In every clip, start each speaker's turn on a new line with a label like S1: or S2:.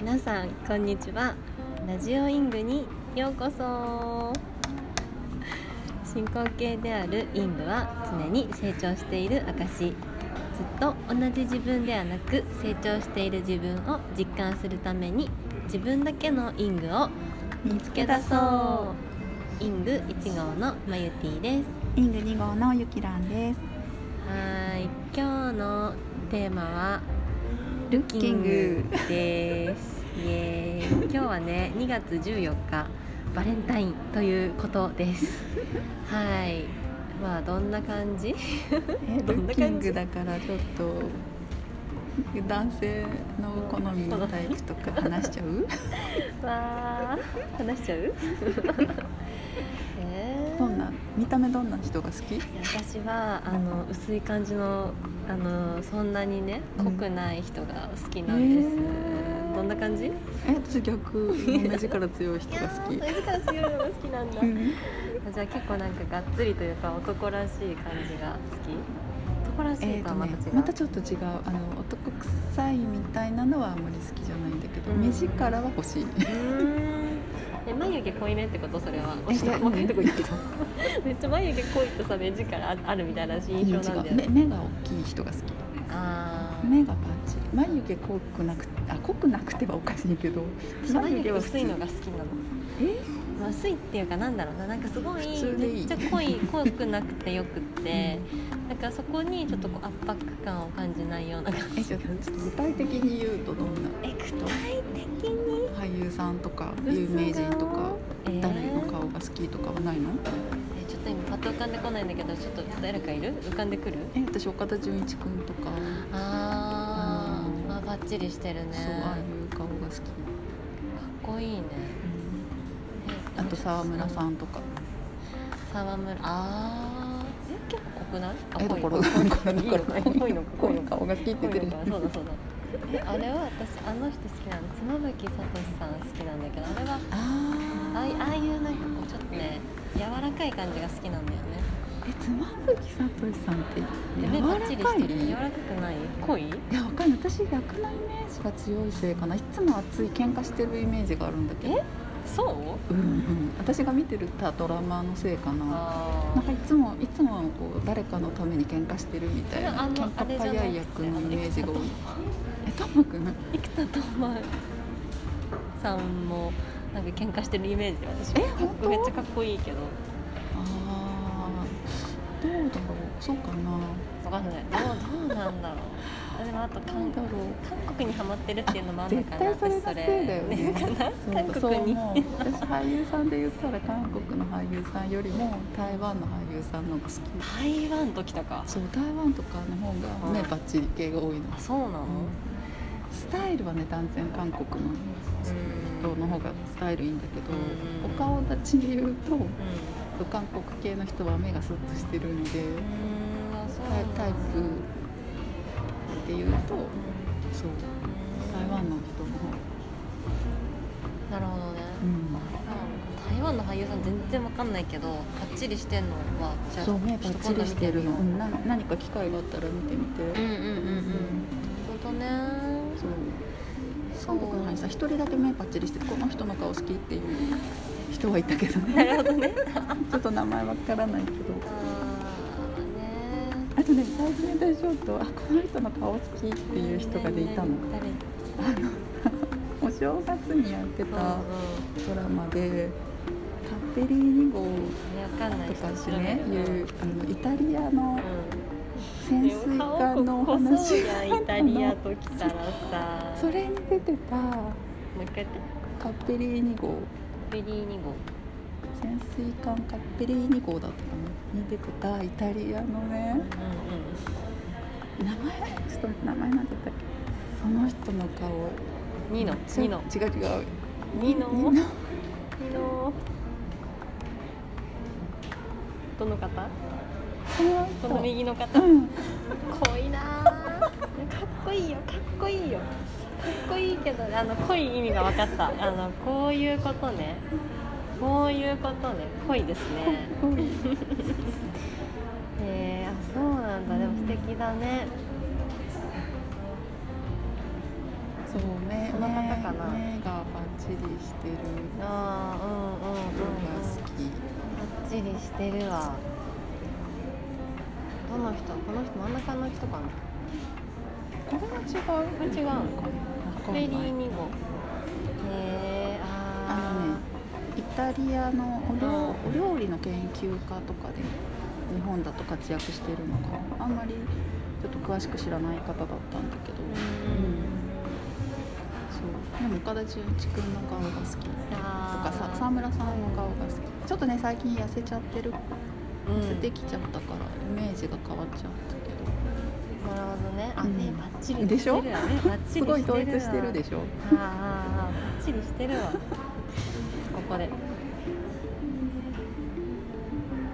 S1: 皆さんこんにちはラジオイングにようこそ進行形であるイングは常に成長している証ずっと同じ自分ではなく成長している自分を実感するために自分だけのイングを
S2: 見つ
S1: つけ出そうイング1号のまゆティです
S2: イング2号のゆきらんです
S1: はい今日のテーマは
S2: ルッ
S1: キングです。イエーイ今日はね、2月14日バレンタインということです。はい。まあどんな感じ？
S2: え
S1: ど
S2: ル
S1: んな感じ
S2: ッキングだからちょっと男性の好みのタイプとか話しちゃう
S1: わあ、話しちゃ う？えー
S2: どんな見た目どんな人が好き
S1: 私はあの薄い感じのあのそんなにね
S2: うん
S1: 濃くない人が好きなんです。
S2: えー
S1: どんな感じ？
S2: え私逆目力強い人が好き
S1: いから強いのが好き なんだ
S2: うん
S1: じゃあ結構なんかがっつりというか男らしい感じが好き男らし
S2: え
S1: い
S2: ー
S1: か
S2: と
S1: はま
S2: ね
S1: た違う、
S2: またちょっと違うあの男臭いみたいなのはあんまり好きじゃないんだけど、
S1: うん
S2: 目力は欲しいう
S1: ーんえ眉毛濃いめってことそれは
S2: え
S1: ちょっ
S2: い
S1: と
S2: や
S1: 細かいとこ言うけど めっちゃ眉毛濃いとさ目力ああるみたいな印象なんだよ
S2: 目
S1: ね
S2: 目が大きい人が好き
S1: あー
S2: 目がパンチリ眉毛濃くなくあ濃くなくてはおかしいけど
S1: 私眉毛薄いのが好きなの
S2: え
S1: まあ薄いっていうかなんだろうななんかすごい
S2: 普通でいい
S1: めっちゃ濃い濃くなくてよくって、なんかそこにちょっとこう圧迫感を感じないような感
S2: え
S1: じ
S2: ちょっと具体的に言うとどんな
S1: え具体的に
S2: 俳優さんとか有名人とか
S1: えー
S2: 誰の顔が好きとかはないの
S1: えちょっと今パッと浮かんでこないんだけどちょっと誰かいる浮かんでくる
S2: え私岡田准一君とか
S1: あー
S2: あの
S1: あバッチリしてるね
S2: そうああい
S1: か
S2: う顔が好き
S1: っこいいね
S2: あと沢村さんとか
S1: 沢村あーえ結構濃くないあ
S2: えだ
S1: 濃い
S2: から
S1: 濃い
S2: だから
S1: いいのか濃いのか濃
S2: こ
S1: いう
S2: い
S1: の
S2: う
S1: か
S2: 顔が好きって
S1: 濃
S2: 言
S1: い
S2: ってる
S1: のかそうだそうだえあれは私あの人好きなの妻夫木聡さん好きなんだけどあれは
S2: あ
S1: ああいああいうなんかこうちょっとね柔らかい感じが好きなんだよね
S2: え妻夫木聡さんって
S1: で目
S2: 柔
S1: バ
S2: ら
S1: ッチリ
S2: か
S1: し
S2: い
S1: てる柔らかくない濃い
S2: いやわかんない私逆なイメージが強いせいかないつも熱い喧嘩してるイメージがあるんだけど
S1: そう
S2: うんうん私が見てるたドラマのせいかな
S1: あ
S2: なんかいつもいつもこう誰かのために喧嘩してるみたいな
S1: あの
S2: 喧
S1: あれ
S2: 嘩
S1: じゃなくて
S2: 早い役のイメージが多いえたまくん
S1: あ生田斗真さんもなんか喧嘩してるイメージ私
S2: え本当
S1: めっちゃかっこいいけど
S2: あーどうだろうそうかな
S1: わかんないどうどうなんだろうあでもあと
S2: ど
S1: 韓
S2: うだろう
S1: 韓国にハマってるっていうのもあるの
S2: 絶
S1: かな
S2: 対それ
S1: 私
S2: がせいだよね
S1: ね
S2: そう
S1: 韓
S2: そう
S1: 国に
S2: 思う私俳優さんで言ったら韓国の俳優さんよりも台湾の俳優さんの方が好き
S1: 台湾と来たか
S2: そう台湾とかの方が目バッチリ系が多いの
S1: あそうなの
S2: スタイルはね断然韓国の
S1: うん
S2: 人の方がスタイルいいんだけど
S1: うん
S2: お顔立ちで言うと
S1: う
S2: 韓国系の人は目がスッとしてる
S1: ん
S2: ので
S1: あそう
S2: タ
S1: な
S2: イ
S1: んだ
S2: タイプって言うとそう
S1: うん
S2: 台湾の人の方が、
S1: なるほどね
S2: うん
S1: 台湾の俳優さん全然わかんないけどバッチリしてんのはじゃあ
S2: そう目バッチリしてるの、
S1: ちょ
S2: う
S1: っと今度見てみよ
S2: ん、な何か機会があったら見てみて、
S1: ううんうんうんうん本当ね
S2: そう韓国の俳優さん一人だけ目バッチリしてるこの人の顔好きっていう人はいたけど
S1: な
S2: ね
S1: るほどね
S2: ちょっと名前わからないけど
S1: あーね
S2: あとね最近大丈夫とあこの人の顔好きっていう人がでいたの
S1: 誰うん
S2: お正月にやってた
S1: う
S2: ドラマで「カッペリーニ号」
S1: んわかんない
S2: と
S1: 人
S2: かって
S1: 調べ
S2: ね
S1: る
S2: いうあのイタリア
S1: う
S2: の
S1: ん
S2: 潜水艦のお
S1: でも顔
S2: 話
S1: ここそうやんイタリアと来たらさ
S2: それに出てた
S1: もう一回やって
S2: カッペリーニ号
S1: ベリーニ号
S2: 潜水艦カッペリーニ号だったかなに出てたイタリアのね
S1: うん
S2: 名前ちょっと待って名前なんて言ったっけその人の顔
S1: うんニノニノ
S2: 違う違う
S1: ニノ
S2: ニノ
S1: ニノどの方この右の方
S2: うん
S1: 濃いなあかっこいいよかっこいいよかっこいいけどあの濃い意味が分かったあのこういうことねこういうことね濃いですね
S2: すごい
S1: へえあそうなんだでも素敵だね
S2: そう目
S1: この方かな
S2: 目目がバッチリしてる
S1: ああうんうん
S2: の
S1: うんうん
S2: が好き
S1: ばっちりしてるわどの人この人真ん中の人かな
S2: これは違う
S1: これ違うのかフ
S2: こ
S1: ェリー2号へえ
S2: あのね
S1: あ
S2: イタリアのお料
S1: う
S2: お料理の研究家とかで日本だと活躍してるのかなあんまりちょっと詳しく知らない方だったんだけど
S1: あね
S2: そうでも岡田准一君の顔が好きと
S1: うんあ
S2: かさ沢村さんの顔が好きちょっとね最近痩せちゃってる
S1: うん
S2: 痩せてきちゃったからイメージが変わっちゃったけど
S1: なるほどねあ
S2: うん
S1: ねバッチリ
S2: でしょ
S1: してるわねバッチ
S2: す
S1: リ
S2: ごい統一してる
S1: わ
S2: でしょ
S1: あーあーあーバッチリしてるわここで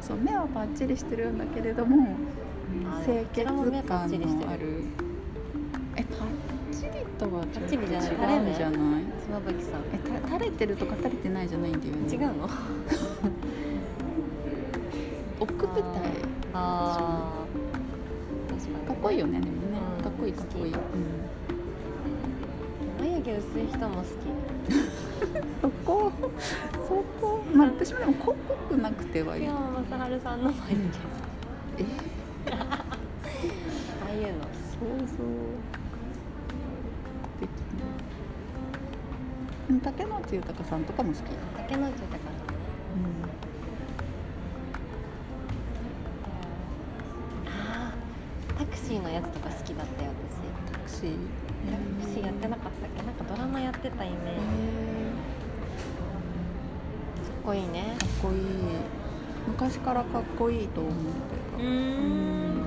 S2: そう目はバッチリしてるんだけれども
S1: あ
S2: 清
S1: こち
S2: 潔
S1: らも目バッチリし
S2: 感
S1: て
S2: のあ
S1: る
S2: るえパッチリとはちょっと違うじゃ
S1: パッチリじゃない垂れ
S2: ない
S1: 妻夫木さん
S2: えた垂れてるとか垂れてないじゃないんだよね
S1: 違うの
S2: 奥舞台
S1: ああ確かに
S2: かっこいいよねでもね、
S1: うん
S2: かっこいいかっこいい、
S1: 好眉毛薄い人も好き
S2: そこそこまあ私もでも濃くなくてはいい
S1: 福山雅治さんの眉毛
S2: え
S1: ああいうの
S2: そうそうできないでも竹野内豊さんとかも好き、
S1: 竹野内豊さんねあータクシーのやつとか好きだったよ私
S2: タクシー
S1: タクシーやってなかったっけなんかドラマやってたイメー
S2: え
S1: ジかっこいいね
S2: かっこいい昔からかっこいいと思ってた
S1: ん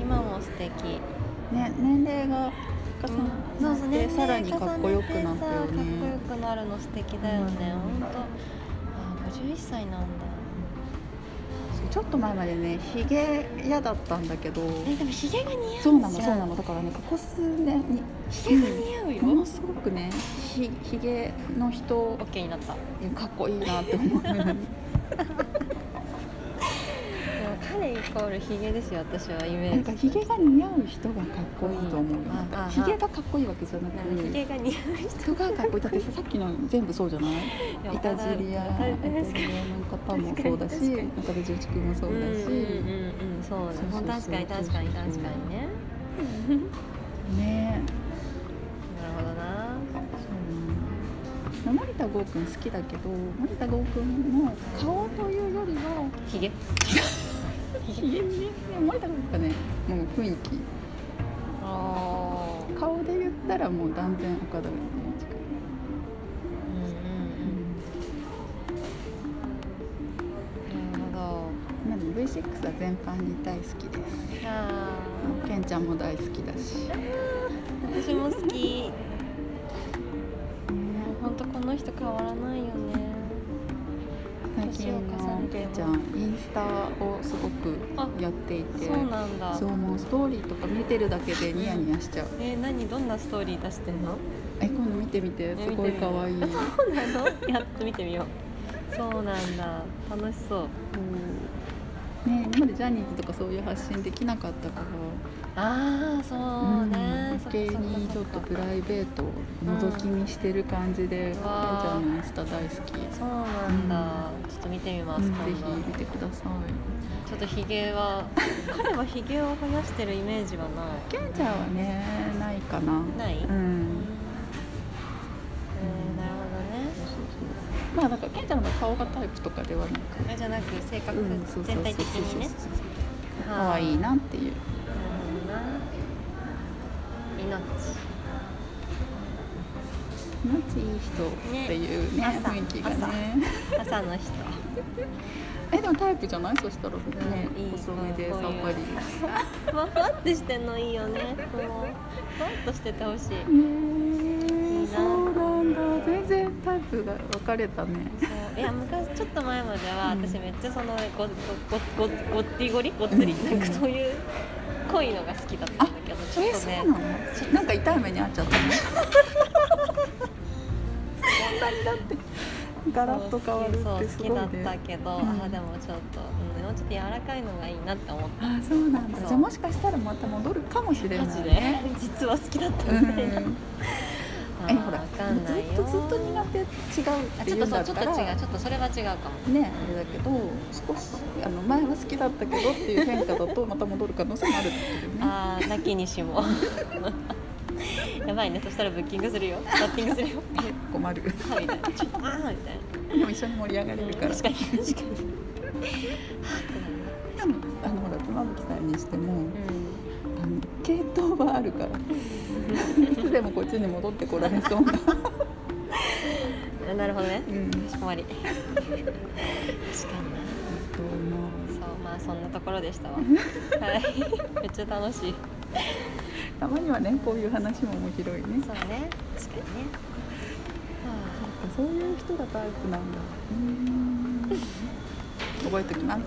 S1: 今も素敵
S2: ね年齢が重なって
S1: そうそう年齢
S2: さらにかっこよくな
S1: 重ねて
S2: った
S1: さ
S2: よね
S1: かっこよくなるの素敵だよね、
S2: うん
S1: 本当。あ51歳なんだ
S2: そうちょっと前までねひげ嫌だったんだけど
S1: えでもひげが似合うじゃん
S2: そうなのそうなのだからねここ数年に
S1: ひげが似合うよ、
S2: ものすごくねひひげの人
S1: オッケーになったでも
S2: いやかっこいいなって思う
S1: 彼イコールひげですよ私はイメ
S2: なん
S1: ー
S2: か
S1: ジ
S2: ひげが似合う人がかっこいいと思う
S1: あ
S2: なん
S1: あ
S2: かひげがかっこいいわけじゃなく
S1: なんかひ
S2: て
S1: げが似合う人
S2: 人がかっこいいだってささっきの全部そうじゃないイタジリアイタ
S1: 確か
S2: ジ
S1: に
S2: リアの方もそうだし
S1: 確かに
S2: 中田純一君もそうだし、
S1: うんうんうん、そう
S2: そうそうそ
S1: 確
S2: う
S1: かに確かに確かにね
S2: ね
S1: なるほどな
S2: そうなの森田剛君好きだけど森田剛君の顔というよりは
S1: ひげ
S2: ひげにね森田剛君がねもう雰囲気
S1: ああ
S2: 顔で言ったらもう断然岡田准一君
S1: うんうんうんなるほど
S2: まあでも V6 は全般に大好きです
S1: あ
S2: ケンちゃんも大好きだし
S1: ー私も好きもうほんとこの人変わらないよね
S2: 最近のケンちゃんインスタをすごくやっていて
S1: そうなんだ
S2: そうもうストーリーとか見てるだけでニヤニヤしちゃう
S1: えー何どんなストーリー出してんの
S2: え今度見てみて
S1: ね
S2: すごい可愛い
S1: 見てみようそうなの やっと見てみようそうなんだ楽しそう
S2: うんね今までジャニーズとかそういう発信できなかったから
S1: ああそうね、そっか
S2: 余計にち
S1: そ
S2: ょっ
S1: っかそ
S2: と
S1: っか
S2: プライベートを覗き見してる感じで、ケンち
S1: わー
S2: ゃんのインスタ大好き、
S1: そうなんだ、ちょっと見てみます、
S2: うん
S1: 今
S2: ぜ
S1: 度
S2: ひ見てください
S1: ちょっとひげは彼はひげを生やしてるイメージはな
S2: ケンちゃんはねないかない
S1: ない、
S2: う
S1: うん
S2: ん
S1: えーなるほどね
S2: そうそうまあなんかケンちゃんの顔がタイプとかではなく
S1: あれじゃなく性格
S2: うんそうそう
S1: 全
S2: そう
S1: 体的にね
S2: そうそうそう可愛い
S1: なる
S2: なっていう
S1: ほどな命
S2: 気持ちいい人っていうね
S1: ね朝
S2: 雰囲気がね
S1: 朝の人
S2: えでもタイプじゃないそしたらね
S1: うんいい
S2: 細めでさっぱり
S1: ふわふわってしてんのいいよねもうふわっとしててほしいそうい
S2: えー
S1: いな
S2: そうなんだ全然タイプが分かれたね
S1: いや昔ちょっと前までは
S2: うん
S1: 私めっちゃそのごごごごごっりごりごっつりなんかそういう濃いのが好きだったんだけどちょっとね
S2: えそうなのなんか痛い目に遭っちゃったねそんなにだってガラッと変わるってすごい
S1: そう好きだっ
S2: ね
S1: たけど、
S2: うん
S1: あでもちょっと、うんもうちょっと柔らかいのがいいなって思っ
S2: あそうなん
S1: そう
S2: だじゃあもしかしたらまた戻るかもしれ
S1: た
S2: ない
S1: マジで実は好きだったみたいな、
S2: うん
S1: あ
S2: え
S1: ー
S2: ほら
S1: わかんないよ
S2: ずっとずっと苦手違う
S1: あ
S2: って
S1: ちょっ
S2: 言う
S1: と
S2: ん
S1: そ
S2: だ
S1: う
S2: っ
S1: ちょったと違
S2: ら
S1: うちょっとそれは違うかも
S2: ねあれだけど少しあの前は好きだったけどっていう変化だとまた戻る可能性もあるってことだよね
S1: ああ、なきにしも。やばいね、そしたらブッキングするよ。バッティングするよ。
S2: 困 る
S1: あーみたいな。ちょっとあーみたいな。
S2: でも一緒に盛り上がれるから
S1: 確かに、確かに。
S2: でもあのほら妻夫木さんにしても
S1: う
S2: あの系統はある からいつでもこっちに戻ってこられ そうな、
S1: ん。なるほどね
S2: う。ん、
S1: かしこまり。確かにな。
S2: そう思う
S1: そう、まあ、そんなところで したわ。はい。めっちゃ楽しい。
S2: たまにはねこういう話も面白いね
S1: そうね。確かにね。は
S2: そういう人がタイプなんだうーん覚えておきます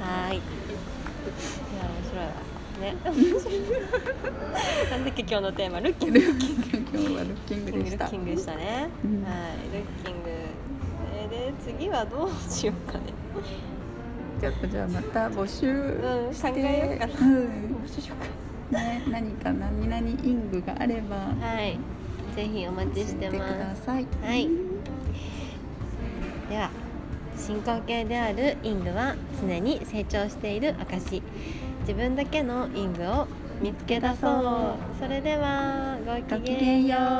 S1: あはーい。いや、面白いわ。ね。面白 いなんだっけ、今日のテーマ、ルッキング。
S2: ルッキング今日はルッキング
S1: ル
S2: でし
S1: ッ
S2: た
S1: キングでしたね。
S2: うん
S1: はい、ルッキング。えーで次はどうしようかね。
S2: ちょっとじゃあまた募集して、
S1: うん考えようかな
S2: うん
S1: しよう
S2: ね、何か何々イングがあれば
S1: か。はい、ぜひお待
S2: 教
S1: ちして
S2: えてく
S1: ま
S2: だ
S1: す。
S2: さい
S1: はい。では、進行形であるイングは常に成長している証。自分だけのイングを見つけ出そう。それではご
S2: ご
S1: き
S2: き
S1: げ
S2: げ
S1: ん
S2: ん
S1: よ
S2: よ
S1: う
S2: う。